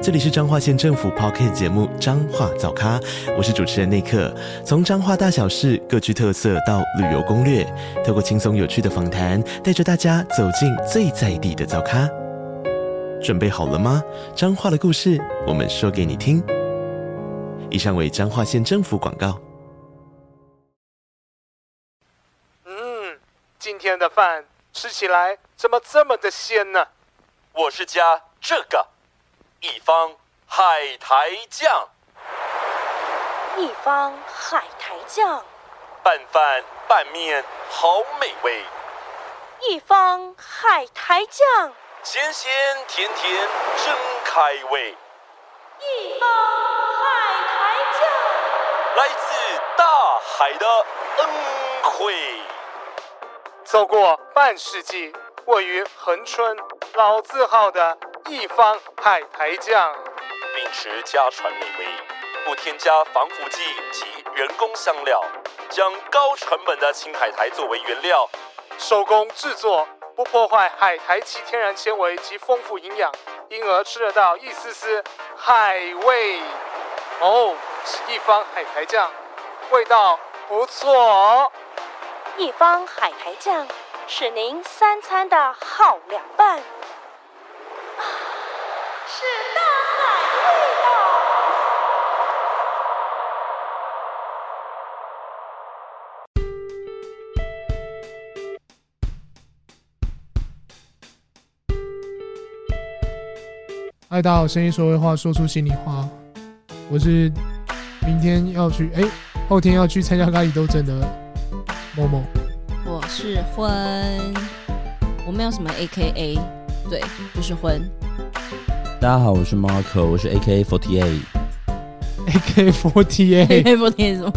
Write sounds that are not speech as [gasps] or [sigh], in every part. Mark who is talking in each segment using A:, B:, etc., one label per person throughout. A: 这里是彰化县政府 p o c k t 节目《彰化早咖》，我是主持人内克。从彰化大小事各具特色到旅游攻略，透过轻松有趣的访谈，带着大家走进最在地的早咖。准备好了吗？彰化的故事，我们说给你听。以上为彰化县政府广告。
B: 嗯，今天的饭吃起来怎么这么的鲜呢？
C: 我是加这个，一方海苔酱，
D: 一方海苔酱，
C: 拌饭拌面好美味，
D: 一方海苔酱，
C: 咸咸甜甜真开胃，
D: 一方海苔酱。
C: 来自大海的恩惠。
B: 走过半世纪，位于恒春老字号的一方海苔酱，
C: 秉持家传美味，不添加防腐剂及人工香料，将高成本的青海苔作为原料，
B: 手工制作，不破坏海苔其天然纤维及丰富营养，因而吃得到一丝丝海味。哦，是一方海苔酱，味道不错哦。
D: 一方海苔酱是您三餐的好凉拌，啊，是大海味道。
E: 嗨，大家好，声音说会话，说出心里话。我是明天要去，哎、后天要去参加咖喱斗争的某 [laughs] 某。
F: 我是婚，我没有什么 A K A，对，就是婚。
G: 大家好，我是 Marco，我是 AK Forty Eight。
E: AK
F: A
E: [laughs] forty
F: K [laughs] 不听什么？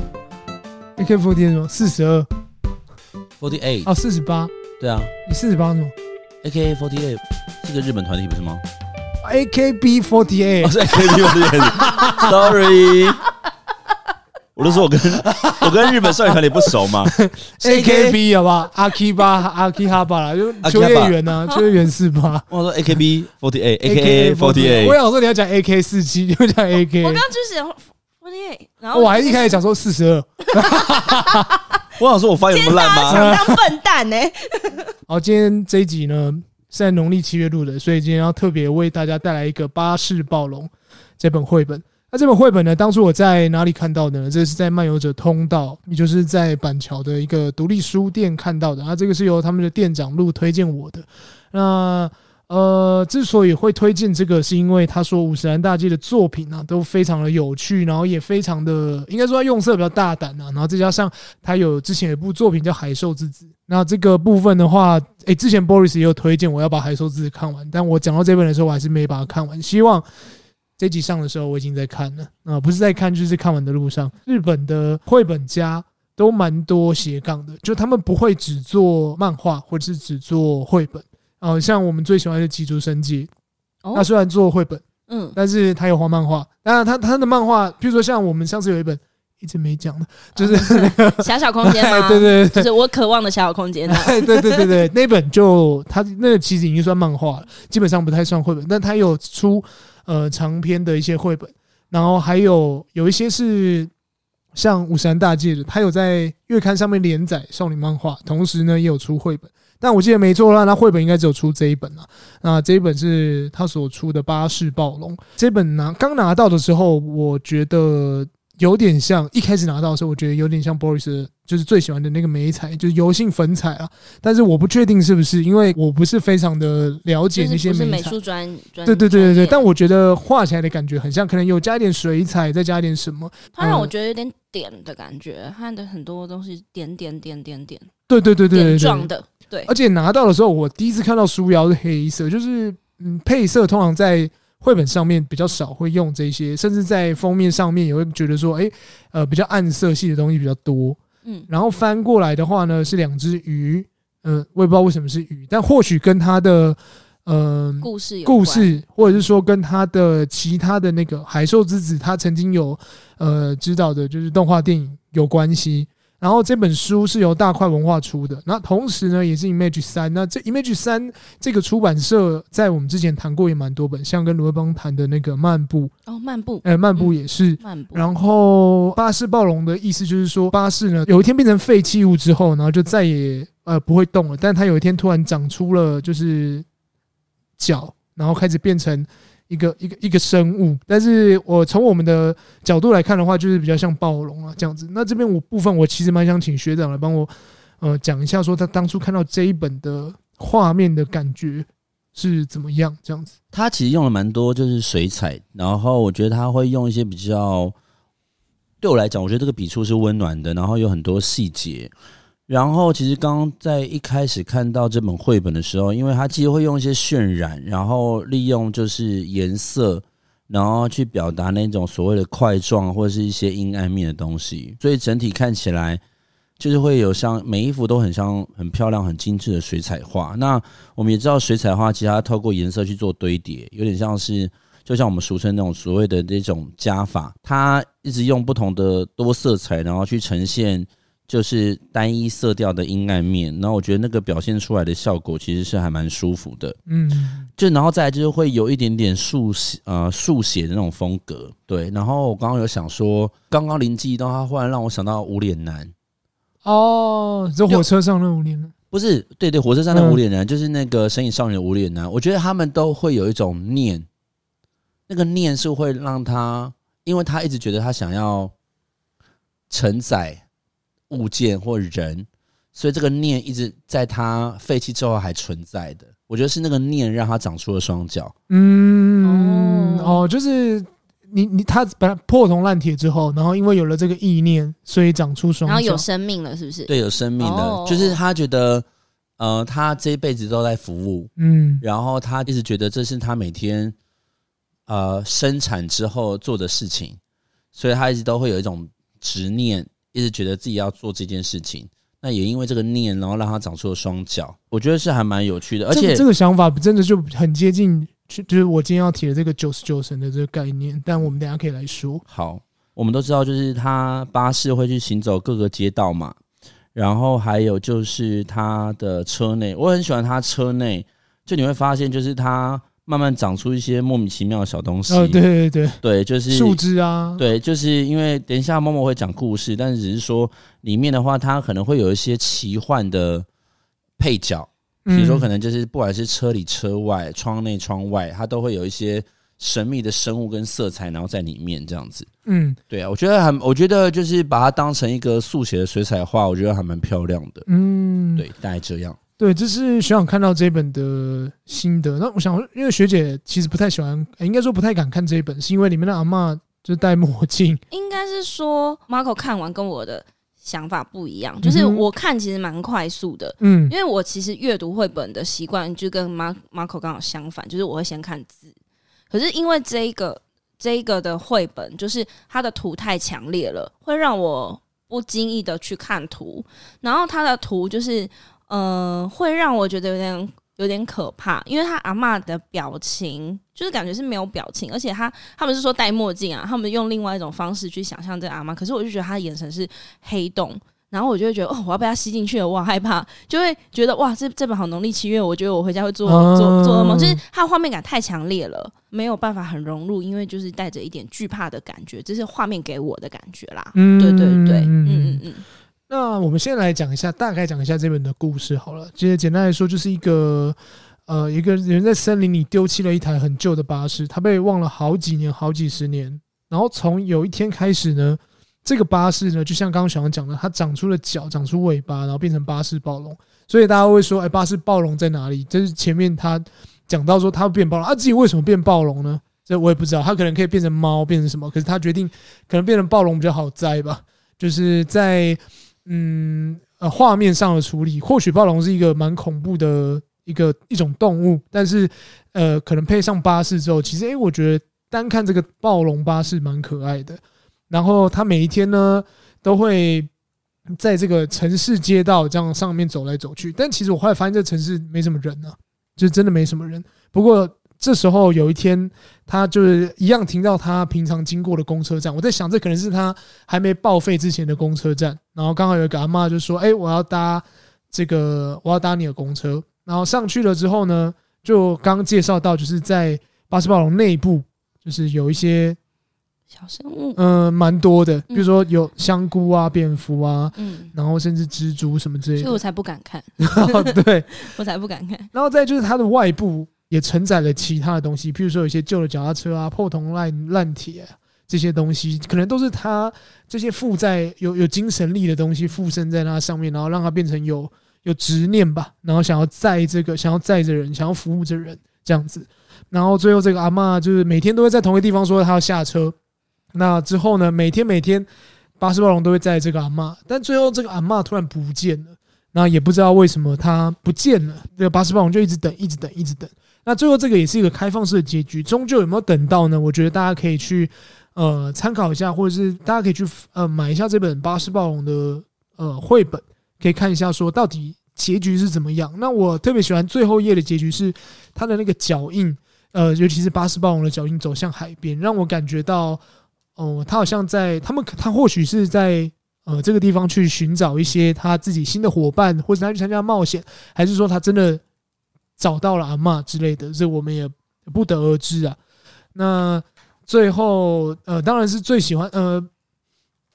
E: eight，AK forty 什么？四十二
G: Forty Eight，
E: 哦，四十八。
G: 对啊
E: 你四十八什么
G: ，AK Forty Eight 是个日本团体不是吗？
E: ？AKB forty
G: 哦，
E: eight。
G: 是 AK Forty Eight，Sorry。我都说我跟我跟日本少女团体不熟嘛
E: AKB 好不好？阿 K 八、阿 K 哈巴啦，就
G: Akihabara
E: 秋叶原 [laughs] 呐，秋叶原四八
G: 我说 AKB Forty Eight，AKA Forty
E: 我
G: Eight，
E: 想说你要讲 AK 四七，你就讲 AK
F: 我。刚刚就是想不对，然后
E: 我还一开始想说四十二，
G: 我想说我发言那么烂
F: 大
G: 吗？
F: 家想当笨蛋
E: [laughs]
F: 呢、
E: 好，今天这一集呢是在农历七月录的，所以今天要特别为大家带来一个《巴士暴龙》这本绘本。那这本绘本呢，当初我在哪里看到的呢？这是在漫游者通道，也就是在板桥的一个独立书店看到的。那这个是由他们的店长路推荐我的。那呃，之所以会推荐这个，是因为他说五十岚大介的作品啊都非常的有趣，然后也非常的，应该说他用色比较大胆啊，然后再加上他有之前有一部作品叫《海兽之子》，那这个部分的话，诶、之前 Boris 也有推荐我要把《海兽之子》看完，但我讲到这本的时候，我还是没把它看完。希望这集上的时候我已经在看了，啊、不是在看，就是看完的路上。日本的绘本家都蛮多斜杠的，就他们不会只做漫画或者是只做绘本，啊、像我们最喜欢的吉竹伸介，
F: 哦
E: 他虽然做绘本。
F: 嗯，
E: 但是他有画漫画，当然他他的漫画，譬如说像我们上次有一本一直没讲的，就是
F: 啊
E: 那个，
F: 狭嗯小空间吗？
E: [laughs] 对对
F: 就
E: 对。
F: 是我渴望的狭小空间啊呢。
E: 哎， [laughs] 对对对对，那本就他那其实已经算漫画了，基本上不太算绘本，但他有出呃长篇的一些绘本，然后还有有一些是像五山大介的，他有在月刊上面连载少女漫画，同时呢也有出绘本，但我记得没错的话，那绘本应该只有出这一本啊。那这一本是他所出的《巴士暴龙》，这本拿刚拿到的时候，我觉得有点像一开始拿到的时候，我觉得有点像 Boris 的就是最喜欢的那个美彩，就是油性粉彩啊。但是我不确定是不是，因为我不是非常的了解那
F: 就
E: 些
F: 是不是
E: 美
F: 美
E: 彩。
F: 术专专
E: 对对对对对，但
F: 我
E: 我觉得画起来的感觉很像，可能有加一点水彩，再加一点什么。
F: 它
E: 嗯
F: 让我觉得有点点的感觉，它的很多东西点点点点点
E: 对对对对呃对
F: 点
E: 对
F: 状，的，对
E: 而且拿到的时候，我第一次看到书腰是黑色，就是嗯，配色通常在绘本上面比较少会用这些，甚至在封面上面也会觉得说，哎、呃，比较暗色系的东西比较多。
F: 嗯
E: 然后翻过来的话呢，是两只鱼，嗯、我也不知道为什么是鱼，但或许跟他的嗯、
F: 故事有
E: 故
F: 关，
E: 事，或者是说跟他的其他的那个《海兽之子》，他曾经有呃指导的，就是动画电影有关系。然后这本书是由大块文化出的，那同时呢也是 Image 三。那这 Image 三这个出版社在我们之前谈过也蛮多本，像跟卢慧邦谈的那个《漫步》，
F: 哦，漫步，
E: 呃，《漫步》也是。
F: 漫步，
E: 然后巴士暴龙的意思就是说，巴士呢有一天变成废弃物之后，然后就再也呃不会动了。但它有一天突然长出了就是脚，然后开始变成一个一个一个生物。但是我从我们的角度来看的话，就是比较像暴龙啊这样子。那这边我部分我其实蛮想请学长来帮我呃讲一下，说他当初看到这一本的画面的感觉是怎么样这样子。
G: 他其实用了蛮多就是水彩，然后我觉得他会用一些比较，对我来讲，我觉得这个笔触是温暖的，然后有很多细节。然后其实刚刚在一开始看到这本绘本的时候，因为它其实会用一些渲染，然后利用就是颜色，然后去表达那种所谓的块状或是一些阴暗面的东西，所以整体看起来就是会有像每一幅都很像很漂亮、很精致的水彩画。那我们也知道水彩画，其实它透过颜色去做堆叠，有点像是就像我们俗称那种所谓的那种加法，它一直用不同的多色彩，然后去呈现就是单一色调的阴暗面。然后我觉得那个表现出来的效果其实是还蛮舒服的。
E: 嗯，
G: 就然后再来就是会有一点点速写呃速写的那种风格，对。然后我刚刚有想说，刚刚灵机一动，它忽然让我想到无脸男，
E: 哦，这火车上那五年了。
G: 不是，对对，火车站的
E: 嗯
G: 无脸男、就是那个《神隐少女》的无脸男，啊我觉得他们都会有一种念，那个念是会让他，因为他一直觉得他想要承载物件或人，所以这个念一直在他废弃之后还存在的。我觉得是那个念让他长出了双脚，
E: 嗯，
F: 哦
E: 哦，就是你你他本来破铜烂铁之后，然后因为有了这个意念，所以长出双
F: 然后有
E: 脚。
F: 生命了，是不是？
G: 对，有生命的，
F: 哦
G: 就是他觉得，呃，他这一辈子都在服务，
E: 嗯
G: 然后他一直觉得这是他每天呃生产之后做的事情，所以他一直都会有一种执念，一直觉得自己要做这件事情。那也因为这个念，然后让他长出了双脚，我觉得是还蛮有趣的。而
E: 这
G: 且
E: 个这个想法真的就很接近，就就是我今天要提的这个九十九神的这个概念，但我们等一下可以来说。
G: 好，我们都知道，就是他巴士会去行走各个街道嘛，然后还有就是他的车内，我很喜欢他车内，就你会发现，就是他慢慢长出一些莫名其妙的小东西。
E: 哦，对对对，
G: 对，就是
E: 树枝啊，
G: 对，就是因为等一下默默会讲故事，但是只是说里面的话，它可能会有一些奇幻的配角，比
E: 嗯，
G: 如说可能就是不管是车里车外、窗内窗外，它都会有一些神秘的生物跟色彩，然后在里面这样子。
E: 嗯
G: 对啊，我觉得还，我觉得就是把它当成一个速写的水彩画，我觉得还蛮漂亮的。
E: 嗯，
G: 对，大概这样。
E: 对，这是学长看到这本的心得。那我想，因为学姐其实不太喜欢，呃应该说不太敢看这一本，是因为里面的阿嬷就是戴墨镜，
F: 应该是说 Marco 看完跟我的想法不一样，就是
E: 嗯哼
F: 我看其实蛮快速的，
E: 嗯
F: 因为我其实阅读绘本的习惯就跟 Mar Marco 刚好相反，就是我会先看字，可是因为这一个这一个的绘本，就是它的图太强烈了，会让我不经意的去看图，然后它的图就是呃，会让我觉得有点。有点可怕，因为他阿嬷的表情就是感觉是没有表情，而且他他们是说戴墨镜啊，他们用另外一种方式去想象这个阿嬷，可是我就觉得他的眼神是黑洞，然后我就会觉得哦，我要被他吸进去了，我好害怕，就会觉得哇，这这本好农历七月，我觉得我回家会做、做做噩梦，就是它的画面感太强烈了，没有办法很融入，因为就是带着一点惧怕的感觉，这是画面给我的感觉啦。
E: 嗯
F: 对对对，嗯嗯嗯，
E: 那我们先来讲一下，大概讲一下这本的故事好了。其实简单来说，就是一个呃，一个人在森林里丢弃了一台很旧的巴士，他被忘了好几年、好几十年。然后从有一天开始呢，这个巴士呢，就像刚刚小杨讲的，它长出了脚，长出尾巴，然后变成巴士暴龙。所以大家会说，哎，巴士暴龙在哪里？这是前面他讲到说他变暴龙，他、自己为什么变暴龙呢？这我也不知道，他可能可以变成猫，变成什么？可是他决定可能变成暴龙比较好摘吧，就是在嗯呃画面上的处理，或许暴龙是一个蛮恐怖的一个一种动物，但是呃可能配上巴士之后，其实诶、我觉得单看这个暴龙巴士蛮可爱的。然后它每一天呢都会在这个城市街道这样上面走来走去。但其实我后来发现，这城市没什么人啊，就真的没什么人。不过这时候有一天，他就是一样停到他平常经过的公车站。我在想，这可能是他还没报废之前的公车站。然后刚好有一个阿嬷就说：“哎、我要搭这个，我要搭你的公车。”然后上去了之后呢，就刚介绍到，就是在巴士暴龙内部，就是有一些
F: 小生物，
E: 嗯，蛮多的，比如说有香菇啊、蝙蝠啊，
F: 嗯，
E: 然后甚至蜘蛛什么之类
F: 所以我
E: 的。
F: 才不敢看，
E: [laughs] 对，
F: 我才不敢看。
E: 然后再就是它的外部也承载了其他的东西，譬如说有一些旧的脚踏车啊、破铜烂烂铁、啊、这些东西，可能都是它这些附在有有精神力的东西附身在它上面，然后让它变成有有执念吧，然后想要载这个，想要载着人，想要服务着人这样子。然后最后这个阿嬷就是每天都会在同一个地方说她要下车，那之后呢，每天每天巴士暴龙都会载这个阿嬷，但最后这个阿嬷突然不见了。那也不知道为什么他不见了。这个巴士霸王就一直等，一直等，一直等。那最后这个也是一个开放式的结局，终究有没有等到呢？我觉得大家可以去呃参考一下，或者是大家可以去呃买一下这本《巴士暴龙》的呃绘本，可以看一下说到底结局是怎么样。那我特别喜欢最后一页的结局是它的那个脚印，呃，尤其是巴士暴龙的脚印走向海边，让我感觉到哦、他好像在他们他或许是在呃这个地方去寻找一些他自己新的伙伴，或者他去参加冒险，还是说他真的找到了阿嬷之类的，这我们也不得而知啊。那最后呃，当然是最喜欢呃，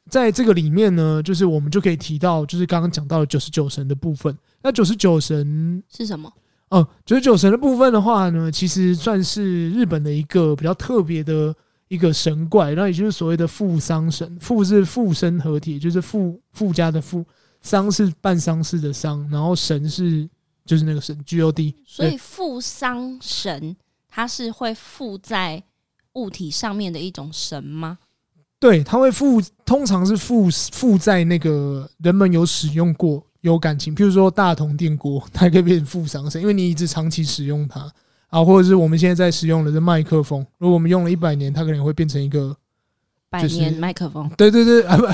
E: 在这个里面呢，就是我们就可以提到，就是刚刚讲到的九十九神的部分。那九十九神
F: 是什么？
E: 哦，九十九神的部分的话呢，其实算是日本的一个比较特别的一个神怪，那也就是所谓的富丧神。富是富身合体，就是富富家的富，丧是办丧事的丧，然后神是就是那个神 G O D。
F: 所以附丧神它是会附在物体上面的一种神吗？
E: 对，它会附，通常是附附在那个人们有使用过、有感情，譬如说大同电锅， [laughs] 它可以变成负伤神，因为你一直长期使用它啊，或者是我们现在在使用的这麦克风，如果我们用了一百年，它可能会变成一个，
F: 百
E: 就是
F: 年麦克风，
E: 对对对啊，不，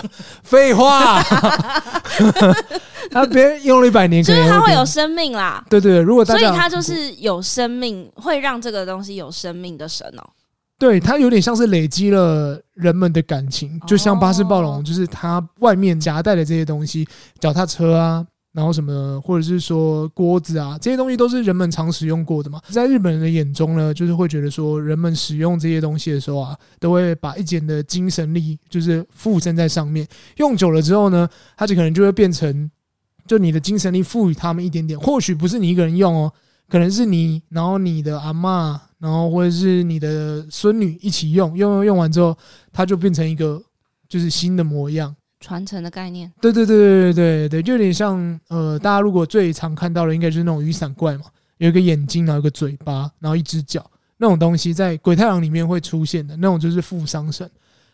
E: [laughs] 废
F: [laughs]
E: 话， [laughs] 啊，别人用了一百年，可
F: 就
E: 能
F: 是它会
E: 变
F: 有，生命啦。
E: 对对，如果大
F: 所
E: 家
F: 以
E: 有
F: 它
E: 听
F: 就
E: 过
F: 是有生命，会让这个东西有生命的神哦。
E: 对，它有点像是累积了人们的感情，就像巴士暴龙，
F: 哦
E: 就是它外面夹带的这些东西，脚踏车啊，然后什么，或者是说锅子啊，这些东西都是人们常使用过的嘛。在日本人的眼中呢，就是会觉得说，人们使用这些东西的时候啊，都会把一点的精神力就是附身在上面，用久了之后呢，它就可能就会变成，就你的精神力赋予他们一点点，或许不是你一个人用哦，可能是你，然后你的阿嬷，然后或者是你的孙女一起用，用用用完之后，它就变成一个就是新的模样。
F: 传承的概念，
E: 对对对对对对对，就有点像呃，大家如果最常看到的应该就是那种雨伞怪嘛，有一个眼睛，然后有一个嘴巴，然后一只脚那种东西，在鬼太郎里面会出现的那种就是富商神。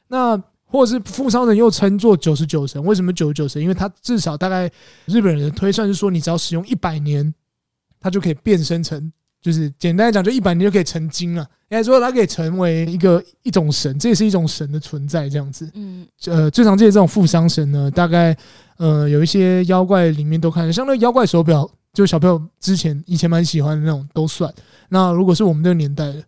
E: 那或者是富商神又称作九十九神，为什么九十九神？因为它至少大概日本人的推算是说，你只要使用一百年，它就可以变身成，就是简单来讲，就一百年就可以成精了。应该说它可以成为一个一种神，这也是一种神的存在，这样子。
F: 嗯，
E: 呃，最常见的这种富商神呢，大概呃有一些妖怪里面都看得，像那个妖怪手表，就小朋友之前以前蛮喜欢的那种都算。那如果是我们这个年代的，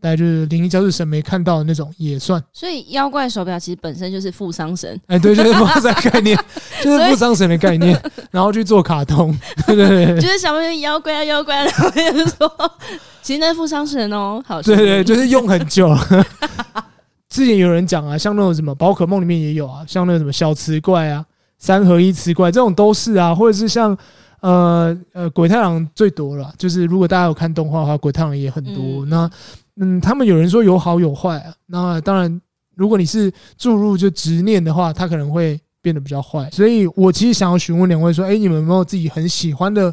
E: 大概就是灵异教室神没看到的那种也算。
F: 所以妖怪手表其实本身就是富
E: [laughs]
F: 商神，
E: 哎，对，就是富商概念，就是富商神的概念，然后去做卡通，对对对
F: 就是小朋友妖怪啊妖怪啊，然后就说其实那是富商神哦，好神
E: 对对，就是用很久了。 [laughs] 之前有人讲啊，像那种什么宝可梦里面也有啊，像那个什么小磁怪啊、三合一磁怪这种都是啊，或者是像呃呃鬼太郎最多了啊，就是如果大家有看动画的话，鬼太郎也很多。
F: 嗯
E: 那嗯，他们有人说有好有坏啊，那当然如果你是注入就执念的话，它可能会变得比较坏。所以我其实想要询问两位说，哎、你们有没有自己很喜欢的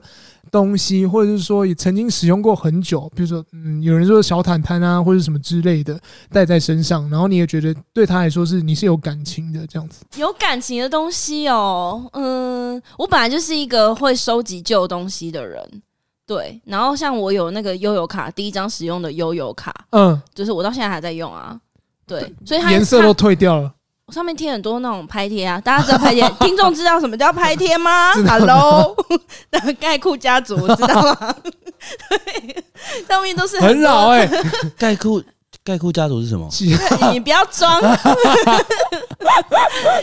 E: 东西，或者是说也曾经使用过很久，比如说，嗯，有人说小毯毯啊，或者什么之类的带在身上，然后你也觉得对他来说是你是有感情的这样子。
F: 有感情的东西哦，嗯，我本来就是一个会收集旧东西的人，对。然后像我有那个悠游卡，第一张使用的悠游卡，
E: 嗯，
F: 就是我到现在还在用啊，对。所以它 [laughs]
E: 颜色都褪掉了，
F: 我上面贴很多那种拍贴啊，大家知道拍贴？听众知道什么叫拍
E: [laughs]
F: 贴吗？Hello，盖库家族知道
E: [laughs]
F: 吗？对，上面都是
E: 很老哎、
G: 盖库盖库家族是什么？
F: [laughs] 你不要
E: [laughs]
F: 装，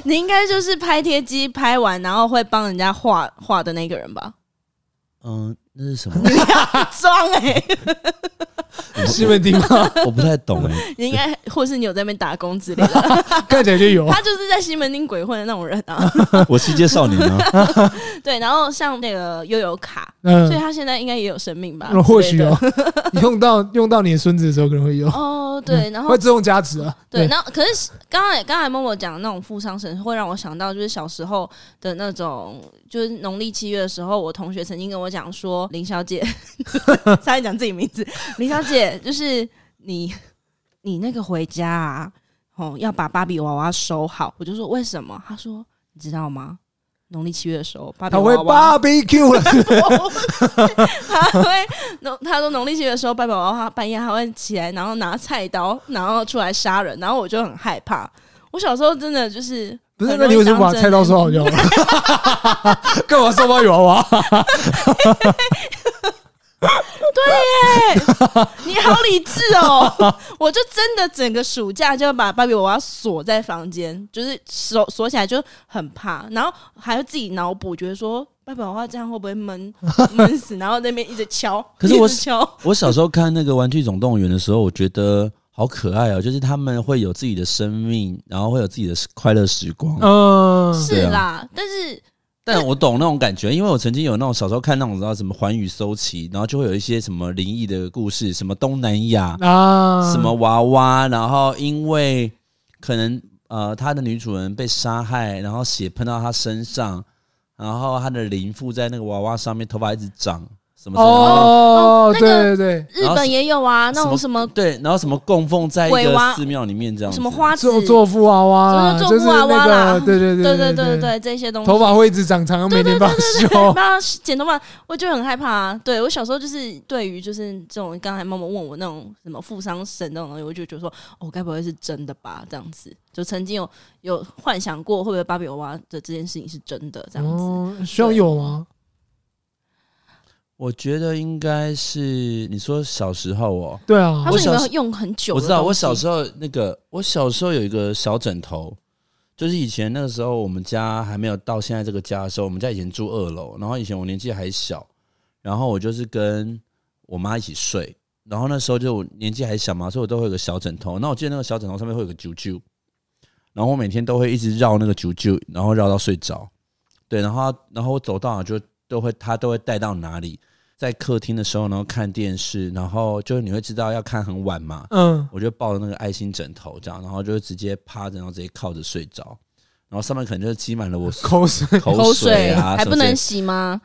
F: 你应该就是拍贴机拍完，然后会帮人家画画的那个人吧？
G: 嗯，那是什么？
F: 装哎、
E: 欸
G: 我
E: 西门町
F: [laughs]
E: 吗？
G: [laughs] 我不太懂哎。
F: 你应该，或是你有在那边打工之类的，
E: [laughs] 看起来就有
F: 他就是在西门町鬼混的那种人啊。
G: [laughs] 我世界少年啊，
F: 对，然后像那个悠游卡，所以
E: 嗯，
F: 他现在应该也有生命吧？
E: 那或许
F: 有
E: 哦。， [laughs] 用到用到你的孙子的时候可能会有，
F: 哦，对，然后
E: 会自动加值啊。
F: 对，那可是刚才刚才默默讲的那种富商神，会让我想到就是小时候的那种，就是农历七月的时候，我同学曾经跟我讲说，林小姐， [laughs] 差点讲自己名字，林小姐，就是你你那个回家啊，哦，要把芭比娃娃收好。我就说为什么？他说你知道吗？农历七月的时候，芭比
E: 他会
F: 娃娃
E: barbecue [laughs] 了，
F: [laughs] 他会农，他说农历七月的时候，芭比娃娃半夜还会起来，然后拿菜刀，然后出来杀人，然后我就很害怕。我小时候真的就是
E: 不是？
F: 很
E: 那
F: 容
E: 你
F: 易
E: 为什么把
F: 当真
E: 菜刀收好就好了？干嘛收芭比娃娃？
F: [laughs] 你好理智哦！我就真的整个暑假就把芭比娃娃锁在房间，就是锁锁起来就很怕，然后还要自己脑补，觉得说芭比娃娃这样会不
E: [laughs]
F: 会闷闷死，然后那边一直敲，
G: 可是我
F: 一直敲，
G: 我小时候看那个《玩具总动员》的时候，我觉得好可爱哦，就是他们会有自己的生命，然后会有自己的快乐时光。
E: 嗯，
F: 是啦，但是
G: 但我懂那种感觉，因为我曾经有那种小时候看那种，知道什么环宇搜奇，然后就会有一些什么灵异的故事，什么东南亚，
E: 啊，
G: 什么娃娃，然后因为可能呃他的女主人被杀害，然后血喷到她身上，然后她的灵附在那个娃娃上面，头发一直长，什么之类的然后
E: 哦
F: 哦，那
E: 对
F: 个
E: 对对，
F: 日本也有啊，那种什么
G: 对，然后什么供奉在一
F: 鬼
G: 个
F: 娃
G: 寺庙里面这样子，啊
F: 什么花子，
E: 做做布娃娃啦，
F: 做
E: 就
F: 做
E: 是
F: 布娃娃
E: 那个，
F: 啦
E: 对对
F: 对
E: 对
F: 对对
E: 对，
F: 对，这些东西
E: 头发会哦一直长长，每天帮
F: 对，
E: 修
F: 不。要剪头发，我就很害怕、啊。对我小时候就是对于就是这种刚才妈妈问我那种什么富商神那种东西，我就觉得说，哦，该不会是真的吧？这样子，就曾经有有幻想过会不会芭比娃娃的这件事情是真的这样子。
E: 哦，需要有吗？
G: 我觉得应该是你说小时候哦，
E: 对啊
F: 他，说你
G: 我小
F: 们用很久，
G: 我知道我小时
F: 候，
G: 候那个，我小时候有一个小枕头，就是以前那个时候我们家还没有到现在这个家的时候，我们家以前住二楼，然后以前我年纪还小，然后我就是跟我妈一起睡，然后那时候就我年纪还小嘛，所以我都会有个小枕头。那我记得那个小枕头上面会有个啾啾，然后我每天都会一直绕那个啾啾，然后绕到睡着。对，然后然后我走到哪就都会它都会带到哪里。在客厅的时候，然后看电视，然后就是你会知道要看很晚嘛，
E: 嗯，
G: 我就抱着那个爱心枕头这样，然后就直接趴着，然后直接靠着睡着，然后上面可能就积满了我
E: 口 [laughs] 水，
G: [laughs] 口水啊，
F: 还
G: 什
F: 不
G: 么之类
F: 能洗吗？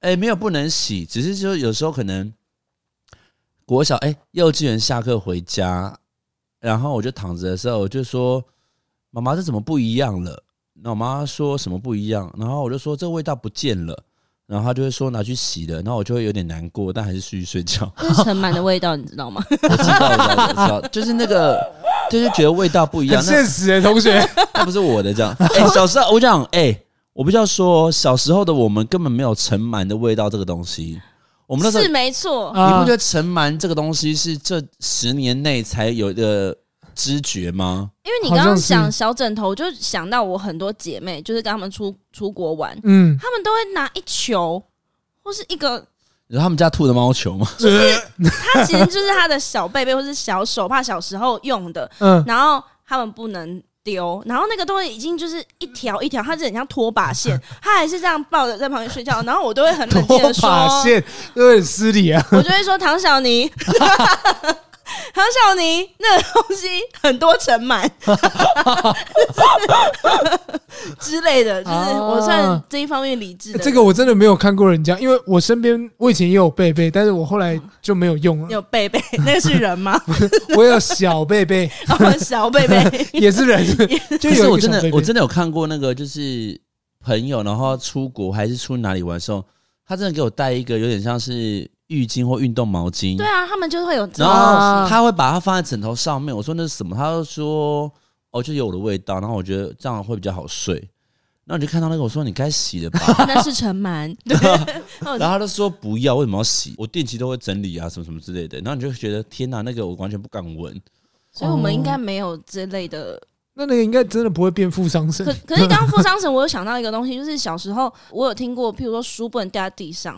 G: 哎、没有不能洗，只是就有时候可能国小哎、幼稚园下课回家，然后我就躺着的时候，我就说妈妈这怎么不一样了？那我妈说什么不一样？然后我就说这味道不见了，然后她就会说拿去洗了，然后我就会有点难过，但还是继续睡觉。
F: 这是尘螨的味道，你知道吗？
G: 我知道，我知道，我知道，就是那个，就是觉得味道不一
E: 很
G: 样。那
E: 现实哎，同学，
G: 那不是我的这样。哎、小时候我讲，哎、我不要说，小时候的我们根本没有尘螨的味道这个东西。 [laughs] 我们那时候，
F: 是没错，
G: 你
E: [laughs]
G: 不
E: 啊
G: 觉得尘螨这个东西是这十年内才有的知觉吗？
F: 因为你
E: 好
F: 刚
E: 像
F: 刚
E: 是
F: 讲小枕头，我就想到我很多姐妹，就是跟她们出出国玩，
E: 嗯，
F: 她们都会拿一球或是一个
G: 然后他们家吐的猫球吗？
F: 它其实就是他的小贝贝或是小手帕，小时候用的，
E: 嗯，
F: 然后他们不能丢，然后那个东西已经就是一条一条，它就很像拖
E: [laughs]
F: 把线，它还是这样抱着在旁边睡觉，然后我都会很冷静
E: 拖
F: 的
E: 把
F: 说，
E: 线有点失礼 [laughs] 啊，
F: 我就会说唐小妮。 [laughs] 唐小妮，那个东西很多尘螨 [laughs] 之类的，就是我算这一方面理智的。
E: 啊这个我真的没有看过人家，因为我身边我以前也有贝贝，但是我后来就没有用
F: 你
E: 了，
F: 有贝 [laughs] 贝，那个是人
E: [laughs]
F: 吗？
E: 我有小贝
F: [laughs]
E: 贝，
F: 然后小贝贝，
E: [laughs] 也是人，就
G: 可是
E: 有
G: 我
E: 一个
G: 真
E: 小
G: 的
E: 贝，
G: 我
E: 贝，
G: 真的有看过那个，就是朋友，然后出国还是出哪里玩的时候，他真的给我带一个有点像是浴巾或运动毛巾。
F: 啊对啊，他们就是会有这种
G: 然
E: 哦
F: 东西。
G: 后他会把它放在枕头上面。我说那是什么？他就说哦，就是有我的味道，然后我觉得这样会比较好睡。然后你就看到那个，我说你该洗
F: [laughs]
G: 了吧，
F: 那是尘
E: [laughs]
F: 螨，对，
G: 然后他就说不要，为什么要洗？我定期都会整理啊，什么什么之类的。然后你就觉得天哪，那个我完全不敢闻。
F: 所以我们应该没有这类的。
E: 那那个应该真的不会变负伤身
F: 可。可是刚刚富商神，我有想到一个东西，就是小时候我有听过，譬如说书不能掉在地上，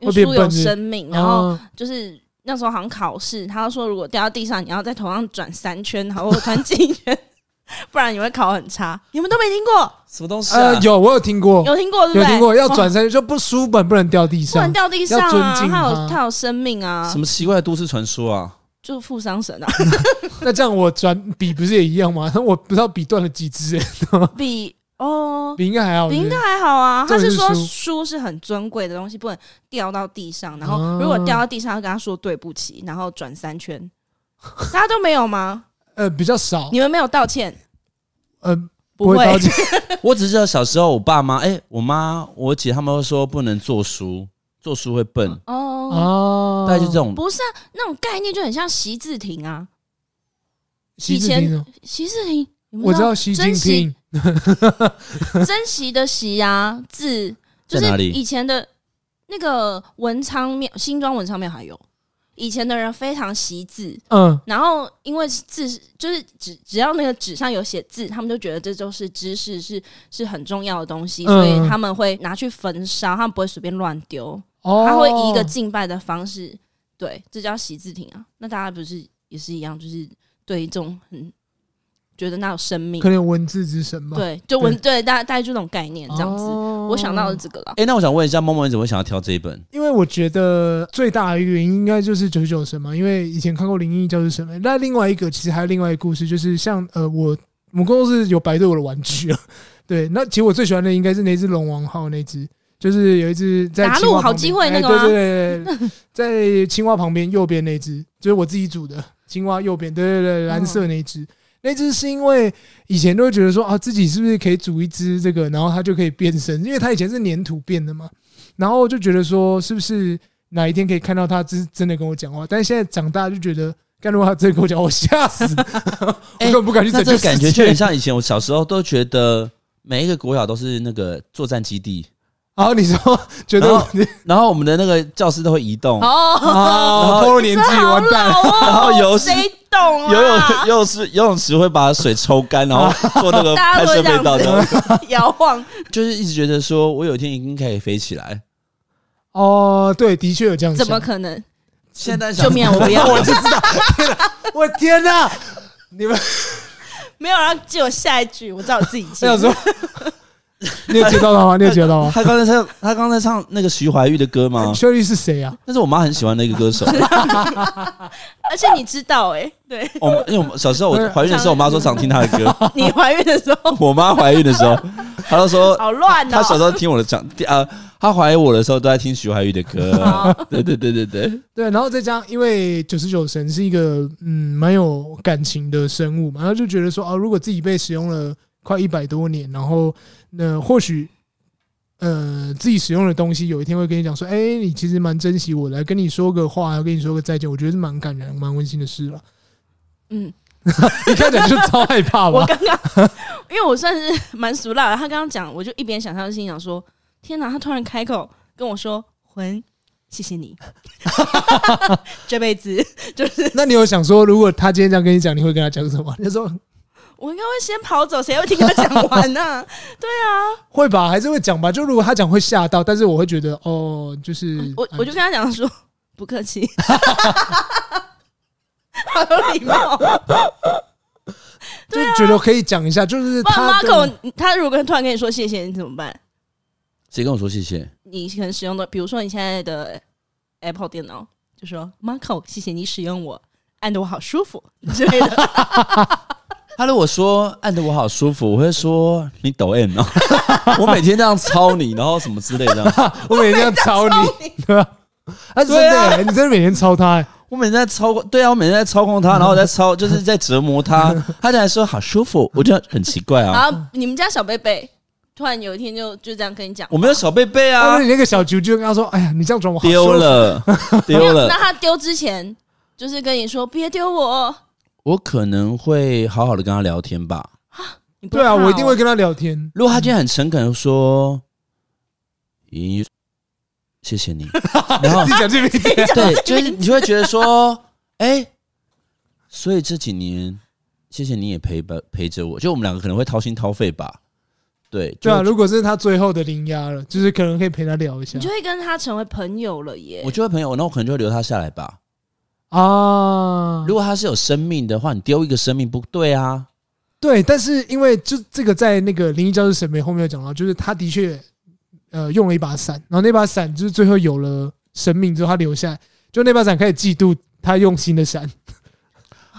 F: 因为
E: 会变
F: 书有
E: 笨是不是
F: 生命，然后
G: 嗯
E: 啊
F: 就是那时候好像考试，他说如果掉到地上，你要在头上转三圈，然后转几圈， [laughs] 不然你会考很差。你们都没听过？
G: 什么东西啊？
E: 呃，有我有听过，
F: 有听过对不
E: 有
F: 对？
E: 听过，要
F: 哦
E: 转身就不书本不能掉地
F: 不能
E: 上，
F: 掉地上
E: 要尊
F: 啊，
E: 敬
F: 它有
E: 它
F: 它有生命啊
G: 什，么奇怪的都市传说啊？
F: 就是富商神
E: [laughs]
F: 啊，
E: 那这样我转笔不是也一样吗？我不知道笔断了几支，欸
F: 比哦。
E: 笔应该还好。
F: 比应
E: 对
F: 该还好啊，
E: 重
F: 他
E: 点
F: 是
E: 是
F: 说
E: 书
F: 书是很尊贵的东西，不能掉到地上。然后
E: 啊
F: 如果掉到地上，要跟他说对不起，然后转三圈。大家都没有吗？
E: [laughs] 呃比较少，
F: 你们没有道歉？
E: 呃
F: 不
E: 会
F: 会 [laughs]
E: 道歉，
G: 我只知道小时候我爸妈，哎、我妈、我姐他们都说不能做书，做书会笨，
F: 哦，
E: 哦，
G: 大概就这种。
F: 不是啊，那种概念就很像习字亭啊。
E: 习近
F: 以前
E: 平哦，
F: 习字亭，你们
E: 我知道习近
F: 珍惜
E: 平，
F: 珍惜的惜啊，字就
G: 在
F: 是
G: 哪里
F: 以前的那个文昌庙，新庄文昌庙还有以前的人非常惜字，
E: 嗯，
F: 然后因为字是就是只只要那个纸上有写字，他们就觉得这就是知识是是很重要的东西，
E: 嗯
F: 所以他们会拿去焚烧，他们不会随便乱丢，
E: 哦，
F: 他会以一个敬拜的方式，对，这叫习字亭啊。那大家不是也是一样，就是对于这种很觉得那有生命
E: 可，能有文字之神吧，
F: 对，就文对大大概就这种概念这样子。
E: 哦
F: 我想到的这个了。
G: 哎、那我想问一下，默默你怎么会想要挑这一本？
E: 因为我觉得最大的一个原因应该就是九十九神嘛，因为以前看过《灵异教师神》嘛。那另外一个其实还有另外一个故事，就是像呃，我我们公司有白对我的玩具啊， [laughs] 对，那其实我最喜欢的应该是那只龙王号那只，就是有一只在
F: 打
E: 青
F: 鹿
E: 蛙
F: 好
E: 旁边
F: 机会
E: 哎
F: 那个吗
E: 对对对
F: [laughs]
E: 对，在青蛙旁边右边那只，就是我自己组的青蛙右边，对对对，蓝色那只。那只是因为以前都会觉得说啊，自己是不是可以组一只这个，然后它就可以变身，因为它以前是粘土变的嘛。然后就觉得说，是不是哪一天可以看到他真真的跟我讲话？但是现在长大就觉得，干如果他真的跟我讲话，我吓死，我根本不敢去
G: 那
E: 拯
G: 这
E: 救
G: 个
E: 世
G: 感觉就
E: 界
G: 很像以前我小时候都觉得每一个国小都是那个作战基地，
E: 然后你说觉得
G: 然
E: 我
G: 后然后我们的那个教室都会移动，
F: 哦，
E: 啊，透露年纪完蛋了，
F: 然
G: 然后游戏
F: 谁懂啊？
G: 游泳游泳池游泳池会把水抽干，然后做那个
F: 哦 [laughs] 大家
G: 拍
F: 都会
G: 摄
F: 这
G: 被盗
F: 样
G: 的，
F: 子摇晃，
G: 就是一直觉得说我有一天一定可以飞起来。
E: 哦，对，的确有这样
F: 怎么
E: 想？
F: 可能？
G: 现在
F: 救
G: 想
F: 命啊！我不要，
E: 我天哪！你 [laughs] 们
F: 没有，然后只有下一句，我知道我自己
E: 我
F: 接。
E: 想说，你有接到了吗？你有接到吗？
G: 他刚才唱他刚才唱那个徐怀钰的歌 [laughs] 吗？
E: 秀丽是谁啊？
G: [laughs] 那是我妈很喜欢的一个歌手。
F: 而且你知道哎、对
G: 我们因为我们小时候我怀孕的时候，我妈说常听她的歌。
F: 你怀孕的时候
G: 我妈怀孕的时候，她就说
F: 好
G: [laughs]
F: 乱
G: 她小时
F: 哦、
G: 候听我的讲，呃，她怀我的时候都在听徐怀钰的歌。对对对对对，
E: 对，然后再加上，因为九十九神是一个嗯蛮有感情的生物嘛，然后就觉得说啊，如果自己被使用了快一百多年，然后那、或许呃自己使用的东西有一天会跟你讲说，哎，你其实蛮珍惜我的，来跟你说个话，跟你说个再见，我觉得是蛮感人、蛮温馨的事了。
F: 嗯，
E: [laughs] 你看起来就超害怕
F: [laughs] 我
E: 吧？
F: 刚刚因为我算是蛮熟辣的，他刚刚讲，我就一边想象，心想说：天哪！他突然开口跟我说：“魂，谢谢你，这辈子就是
E: 那你有想说，如果他今天这样跟你讲，你会跟他讲什么？你就说
F: 我应该会先跑走，谁会听他讲完呢、
E: 会吧，还是会讲吧？就如果他讲会吓到，但是我会觉得哦，就是
F: 嗯我我就跟他讲说不客气，好有礼貌。
E: 就觉得可以讲一下，就是
F: 不然
E: 他跟
F: Marco 他如果突然跟你说谢谢，你怎么办？
G: 谁跟我说谢谢？
F: 你可能使用的，比如说你现在的 Apple 电脑，就说 Marco，谢谢你使用我，按的我好舒服之类的。
G: 她如果说按的我好舒服，我会说你抖 M 哦，我每天这样操你，然后什么之类的，
E: 我每天要操你， [laughs] 对吧？啊，真
G: 对啊
E: 的耶，你真的每天操他欸耶，
G: 我每天在操控，对啊，我每天在操控她，然后我在操，就是在折磨她。她竟然说好舒服，我觉得很奇怪
F: 然
G: 啊。
F: 后你们家小贝贝突然有一天就就这样跟你讲，
G: 我没有小贝贝
E: 但
G: 啊
E: 是，你那个小球就跟他说：“哎呀，你这样转我好
G: 丢
E: 哦舒服。
G: 了，丢了
F: 那。他丢之前就是跟你说别丢我，
G: 我可能会好好的跟他聊天吧。
F: 你不
E: 对啊，
F: 怕
E: 我一定
F: 哦
E: 会跟他聊天。
G: 如果他今天很诚恳地说，咦，谢
E: [laughs]
G: 谢你， [laughs] 然后
E: 自己讲这边
G: 对，就是你会觉得说，哎、所以这几年谢谢你也陪伴陪着我，就我们两个可能会掏心掏肺吧。对，就
E: 对啊，如果这是他最后的零压了，就是可能可以陪他聊一下
F: 你就会跟他成为朋友了耶
G: 我。就会朋友，那我可能就会留他下来吧。
E: 啊。
G: 如果他是有生命的话，你丢一个生命不对啊。
E: 对，但是因为就这个在那个《灵异教室》审美后面有讲到，就是他的确呃用了一把伞，然后那把伞就是最后有了生命之后，他留下来，就那把伞开始嫉妒他用新的伞，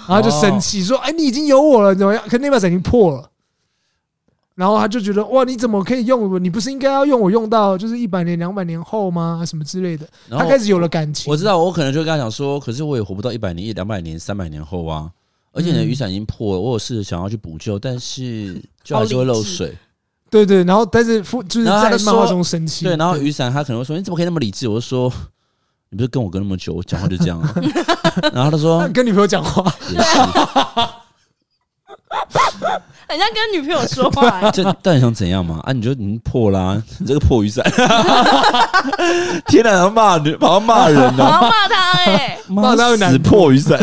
E: 然后就生气说：“哎，你已经有我了，怎么样？”可那把伞已经破了。然后他就觉得哇，你怎么可以用我？你不是应该要用我用到就是一百年、两百年后吗？什么之类的。
G: 然
E: 他
G: 后
E: 开始有了感情。
G: 我知道，我可能就会跟他讲说，可是我也活不到一百年、一两百年、三百年后啊。而且你的
E: 嗯
G: 雨伞已经破了，我有试着想要去补救，但是就
F: 好
G: 还是会
F: 理
G: 漏
F: 智
G: 水。
E: 对对，然后但是父就是
G: 然后
E: 在
G: 他就
E: 漫画
G: 说
E: 中生气，
G: 对，然后雨伞他可能会说：“你怎么可以那么理智？”我就说：“你不是跟我跟那么久，我讲话就
E: [laughs]
G: 这样、啊。”然后他说
E: 他：“跟女朋友讲话，
G: 也是，，
F: 很像跟女朋友说
E: [laughs]
F: 话、欸
E: 啊
G: 这到底想怎样嘛？啊，你就已经破啦、你这个
E: [laughs]
G: 破雨伞！天哪，要骂人，好像骂人
F: 我要
G: 啊！
F: 骂他哎、
E: [laughs] 骂他会难
G: 死破
E: [laughs]
G: 雨伞。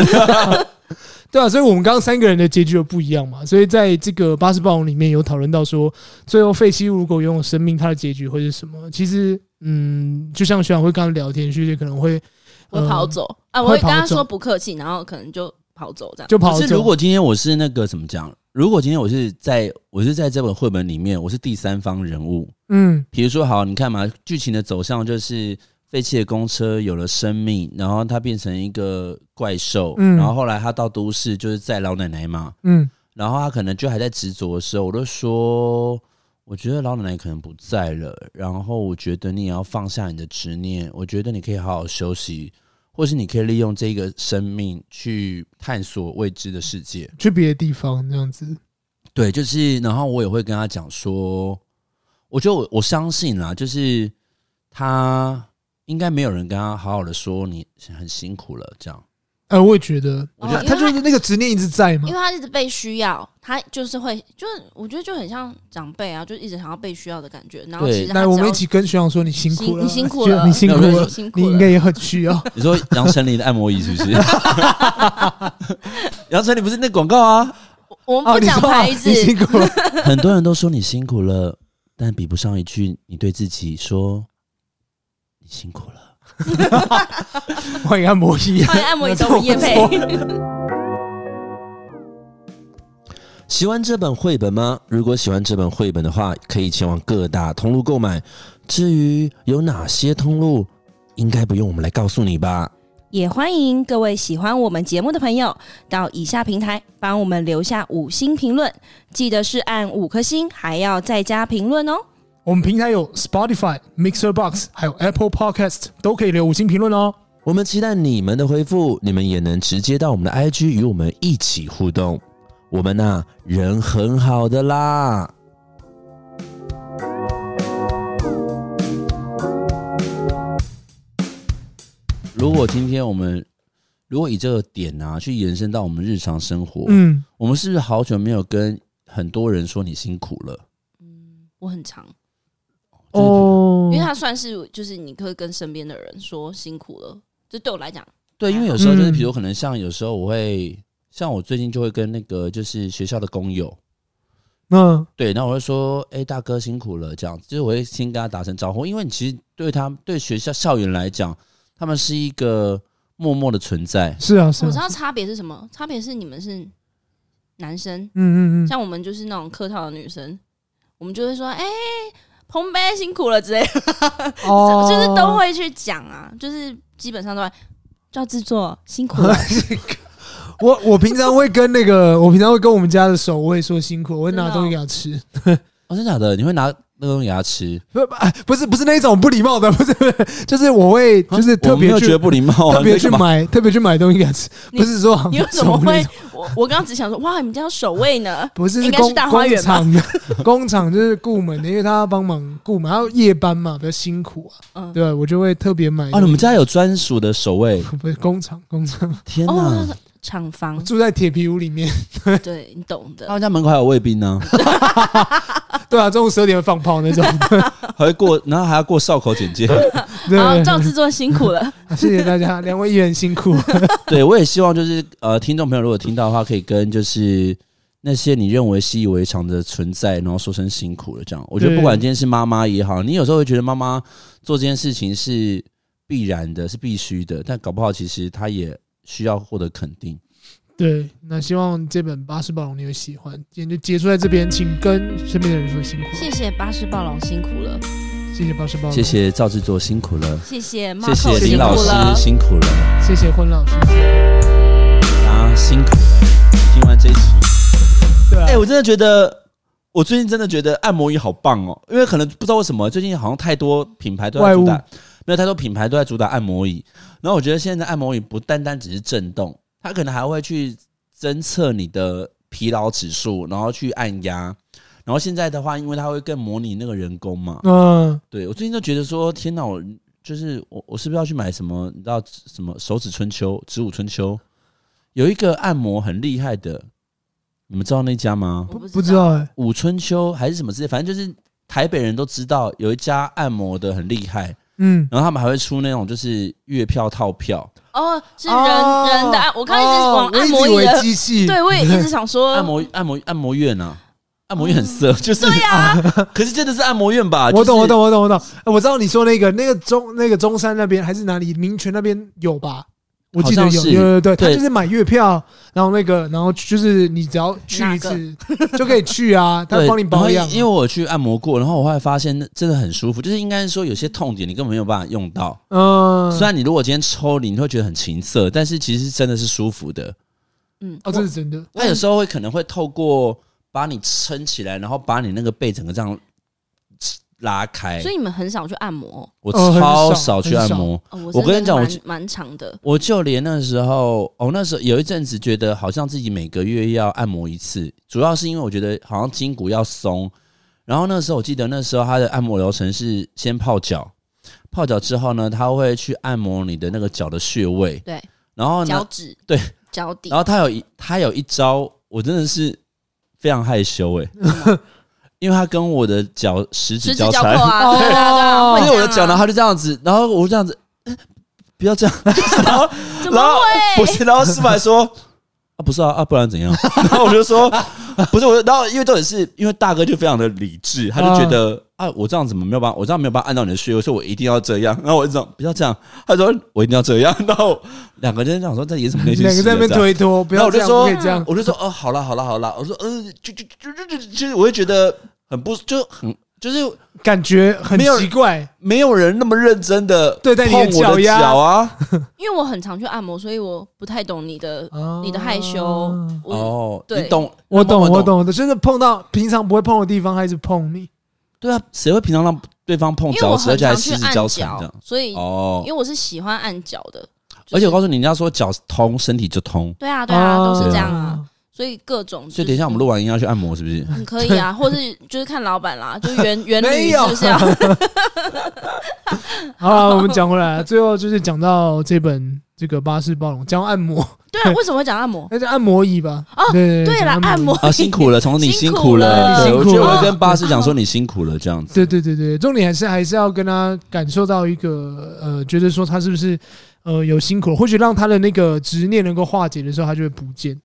E: 对啊，所以我们刚刚三个人的结局有不一样嘛，所以在这个《巴士暴龙》里面有讨论到说，最后废弃物如果拥有生命，它的结局会是什么？其实，嗯，就像学长会刚刚聊天，学姐可能会
F: 我
E: 呃
F: 跑走啊！我
E: 会
F: 会跟他
E: 跑走
F: 说不客气，然后可能就跑走这样。
E: 就跑
G: 可是
E: 走。
G: 如果今天我是那个怎么讲？如果今天我是在我是在这本绘本里面，我是第三方人物，
E: 嗯
G: 比如说，好，你看嘛，剧情的走向就是废弃的公车有了生命，然后它变成一个怪兽，
E: 嗯
G: 然后后来它到都市就是载老奶奶嘛，
E: 嗯，
G: 然后他可能就还在执着的时候，我就说，我觉得老奶奶可能不在了，然后我觉得你也要放下你的执念，我觉得你可以好好休息，或是你可以利用这个生命去探索未知的世界。
E: 去别的地方这样子。
G: 对，就是，然后我也会跟他讲说，我觉得我我相信啦，就是他应该没有人跟他好好的说你很辛苦了这样。
E: 呃，我也觉得，他
F: 哦因为
E: 他
F: 他
E: 就是那个执念一直在嘛
F: 因为。他一直被需要，他就是会，就是我觉得就很像长辈啊，就一直想要被需要的感觉。然后其实他
E: 来，
F: 只
E: 我们
F: 要
E: 一起跟学长说，你辛苦
F: 辛
E: 了，
F: 你辛苦
E: 学
F: 了，
E: 你辛苦
G: 没有
E: 了
G: 就，
F: 辛苦
E: 你
F: 了
E: 应该也很需要。
G: 你 [laughs] 说杨丞琳的按摩椅是不是？ [laughs] 杨丞琳不是那广告啊？
F: 我们
E: 哦，
F: 不
E: 你
F: 讲
E: 说啊
F: 牌
E: 你
F: 子，
E: 辛苦了，
G: 很多人都说你辛苦了，但比不上一句你对自己说你辛苦了。
E: 欢迎按摩椅啊，
F: 欢迎
E: [laughs]
F: 按摩椅找我们业配。
G: 喜欢这本绘本吗？如果喜欢这本绘本的话，可以前往各大通路购买。至于有哪些通路，应该不用我们来告诉你吧。
F: 也欢迎各位喜欢我们节目的朋友到以下平台帮我们留下五星评论，记得是按五颗星，还要再加评论哦。
E: 我们平台有 Spotify、Mixer Box，还有 Apple Podcast，都可以留五星评论哦。
G: 我们期待你们的回复，你们也能直接到我们的 IG 与我们一起互动。我们呐、人很好的啦。如果今天我们如果以这个点啊去延伸到我们日常生活，
E: 嗯，
G: 我们是不是好久没有跟很多人说你辛苦了？
F: 我很长，
E: 哦
F: 因为他算是就是你可以跟身边的人说辛苦了，这对我来讲，
G: 对，因为有时候就是，
E: 嗯
G: 比如可能像有时候我会，像我最近就会跟那个就是学校的工友，
E: 嗯
G: 对，那我会说，哎、大哥辛苦了，这样，就是我会先跟他打声招呼，因为你其实对他对学校校园来讲，他们是一个默默的存在，
E: 是啊是
F: 我知
E: 啊，
F: 道差别是什么，差别是你们是男生，
E: 嗯嗯嗯，
F: 像我们就是那种客套的女生，我们就会说，哎、彭杯辛苦了之类的，
E: 哦
F: [laughs] 就是都会去讲啊，就是基本上都会叫制作辛苦了，
E: [laughs] 我我平常会跟那个，我平常会跟我们家的守卫说辛苦，我会拿
F: 真的哦
E: 东西给他吃。
G: 哦，真假的？你会拿那个东西给他吃？
E: 不
F: 哦
E: 不不是不是那种不礼貌的， [laughs] 不是不是，就是我会
F: 啊
E: 就是特
G: 我没
E: 别
G: 有觉
E: 去
G: 得不礼貌啊，
E: 特别
G: 你在
E: 去
G: 干嘛。
E: 买特别去买东西给他吃，
F: 你
E: 不是说
F: 你为什么会？我我刚刚只想说，哇，你们家有守卫
E: [laughs]
F: 呢？
E: 不是
F: 应该
E: 工
F: 是大花
E: 工
F: 园吧？
E: 厂 [laughs] 的工厂就是雇门的，因为他要帮忙雇门，然后夜班嘛比较辛苦啊，
F: 嗯，
E: 对我就会特别买
G: 啊啊，你们家有专属的守卫？
E: 不是工厂工厂，
G: 天哪！
F: 哦，长方
E: 我，住在铁皮屋里面，
F: 对你懂
G: 他
F: 的。
G: 们家门口还有卫兵呢、
E: 对啊，中午十二点放炮那
F: [laughs]
E: 种。
G: 还会过，然后还要过哨口简介。
E: 对，啊
F: 好，赵制作辛苦
E: [laughs]
F: 了，
E: 谢谢大家，两位议员辛
F: [laughs]
E: 苦。
G: [laughs] 对，我也希望就是呃，听众朋友如果听到的话，可以跟就是那些你认为习以为常的存在，然后说声辛苦了这样。我觉得
E: 对
G: 不管今天是妈妈也好，你有时候会觉得妈妈做这件事情是必然的，是必须的，但搞不好其实她也需要获得肯定。
E: 对，那希望这本《巴士暴龙》你会喜欢。今天就结束在这边，请跟身边的人说辛苦了，啊
F: 谢谢巴士暴龙辛苦了，
E: 谢谢巴士暴龙，
G: 谢，谢赵制作辛苦了，
F: 谢谢 m a
G: 谢谢
E: 辛
G: 林
F: 辛
G: 老
F: 苦了
G: 师，辛苦了，
E: 谢谢坤老师。
G: 大家辛苦了。听完这一集。
E: 对啊，
G: 哎、我真的觉得，我最近真的觉得按摩椅好棒哦，因为可能不知道为什么，最近好像太多品牌都在主打
E: 外物，
G: 没有太多品牌都在主打按摩椅。然后我觉得现在按摩椅不单单只是震动，它可能还会去侦测你的疲劳指数，然后去按压。然后现在的话，因为它会更模拟那个人工嘛，
E: 嗯，
G: 对我最近都觉得说，天哪，我就是我，我是不是要去买什么？你知道什么手指春秋、指舞春秋，有一个按摩很厉害的，你们知道那家吗？
F: 我
E: 不知道哎，
G: 五春秋还是什么之类，反正就是台北人都知道有一家按摩的很厉害，
E: 嗯，
G: 然后他们还会出那种就是月票套票，
F: 哦，是人
E: 哦
F: 人的按，我刚刚一直
E: 哦
F: 往
E: 我
F: 按
E: 一
F: 摩
E: 直以
F: 椅
E: 为
F: 的，
E: 机器，
F: 对我也一直想
E: 哦
F: 说
G: 按摩按摩按摩院啊，按摩院很色，就是
F: 对呀，
G: [laughs] 可是真的是按摩院吧？
E: 啊我懂，我
G: 啊就是
E: 懂，我懂，我懂。哎我知道你说那个那个中那个中山那边还是哪里民权那边有吧？我记得
G: 好
E: 有，
G: 像是
E: 有有有对，他
G: 对
E: 就是买月票，然后那个，然后就是你只要去一次就可以去
G: [laughs]
E: 啊，他
G: 对，
E: 帮你保养
G: 然后。因为我去按摩过，然后我后来发现真的很舒服，就是应该是说有些痛点你根本没有办法用到。
E: 嗯，
G: 虽然你如果今天抽你，你会觉得很情色，但是其实真的是舒服的。
F: 嗯，
E: 哦，这是真的，
G: 它有时候会可能会透过把你撑起来，然后把你那个背整个这样拉开。
F: 所以你们很少去按摩
G: 我
E: 哦很
G: 超
E: 少
G: 少去
E: 很
G: 按
E: 少
G: 摩，
F: 哦，
G: 我
F: 我
G: 跟你讲我
F: 真的
G: 就
F: 蛮蛮长的，
G: 我就连那时候，哦，那时候有一阵子觉得好像自己每个月要按摩一次，主要是因为我觉得好像筋骨要松。然后那时候我记得那时候他的按摩流程是先泡脚，泡脚之后呢，他会去按摩你的那个脚的穴位，
F: 对，
G: 然后
F: 脚
G: 呢，
F: 趾
G: 哦对
F: 脚底
G: 然，后他有一他有一招，我真的是非常害羞哎、 [laughs] 因为他跟我的脚十
F: 十
G: 指
F: 指
G: 交
F: 交扣
G: 缠，
F: 啊，
G: [laughs]
F: 对啊对啊，
E: 哦
F: 会
G: 因为我的
F: 这
G: 脚
F: 样
G: 呢，
F: 啊
G: 他就这样子，然后我就这样子， [gasps] 不要这样，然后
F: 怎
G: 然
F: 么
G: 后 [laughs]
F: 会
G: 不？是，然后师傅还说啊，不是啊，啊，不然怎样？ [laughs] 然后我就说不是，我就然后因为重点是因为大哥就非常的理智，他就觉
F: 嗯
G: 得啊我这样怎么没有办法，我这样没有办法按照你的需求，所以我一定要这样。然后我就这样，不要这样，他说我一定要这样。然后两个人想说在演什么内心
E: 两
G: 戏
E: 个在
G: 啊？
E: 那边
G: 这样
E: 推脱，不
G: 然后
E: 要这样，
G: 我就说
E: 不可以这样。
G: 我就说哦，好了好了好了，我说嗯，就就就就就就，我就觉得很不就很就是
E: 感觉很
G: 没有
E: 奇怪。
G: 没有人那么认真的
E: 对待你的
G: 碰我的
E: 脚丫
G: 脚啊。
F: 因为我很常去按摩，所以我不太懂你的
E: 啊
F: 你的害羞
E: 哦，
F: 我
G: 哦，
F: 对
G: 你懂，
E: 我懂，
G: 那
E: 我
G: 懂。
E: 懂的，就是碰到平常不会碰的地方，还是碰你。
G: 对啊，谁会平常让对方碰
F: 因为我
G: 脚趾，而
F: 很常
G: 且还十
F: 去
G: 指
F: 按
G: 交缠这
F: 脚
G: 样？，
F: 所以
G: 哦
F: 因为，我是喜欢按脚的，就是
G: 而且我告诉你，人家说脚通，身体就通。
F: 对啊对啊都是
G: 对啊
F: 这样啊，。
E: 哦
F: 所以各种
G: 所以等一下我们录完音要去按摩，是不
F: [laughs]
G: 是？
F: 很可
G: [laughs]
F: 以啊，或是就是看老板啦，就是原原
E: 没
F: 理
E: 有
F: 是不是要？
E: 好啊啦，我们讲回来，最后就是讲到这本这个《巴士暴龙》，讲到按摩，
F: 对啊，为什么会讲按摩？
E: 那就按摩椅吧。
F: 哦
E: 对
F: 对
E: 讲，
F: 啦按摩
G: 啊，辛苦了，从你
F: 辛
G: 辛
F: 苦
G: 苦
F: 了
G: 了。对，
E: 辛
G: 我
E: 苦
G: 觉得
E: 了
G: 我跟巴士讲说你辛苦了，这样子。
E: 对对对对，重点还是还是要跟他感受到一个呃，觉得说他是不是呃有辛苦，或许让他的那个执念能够化解的时候，他就会不见。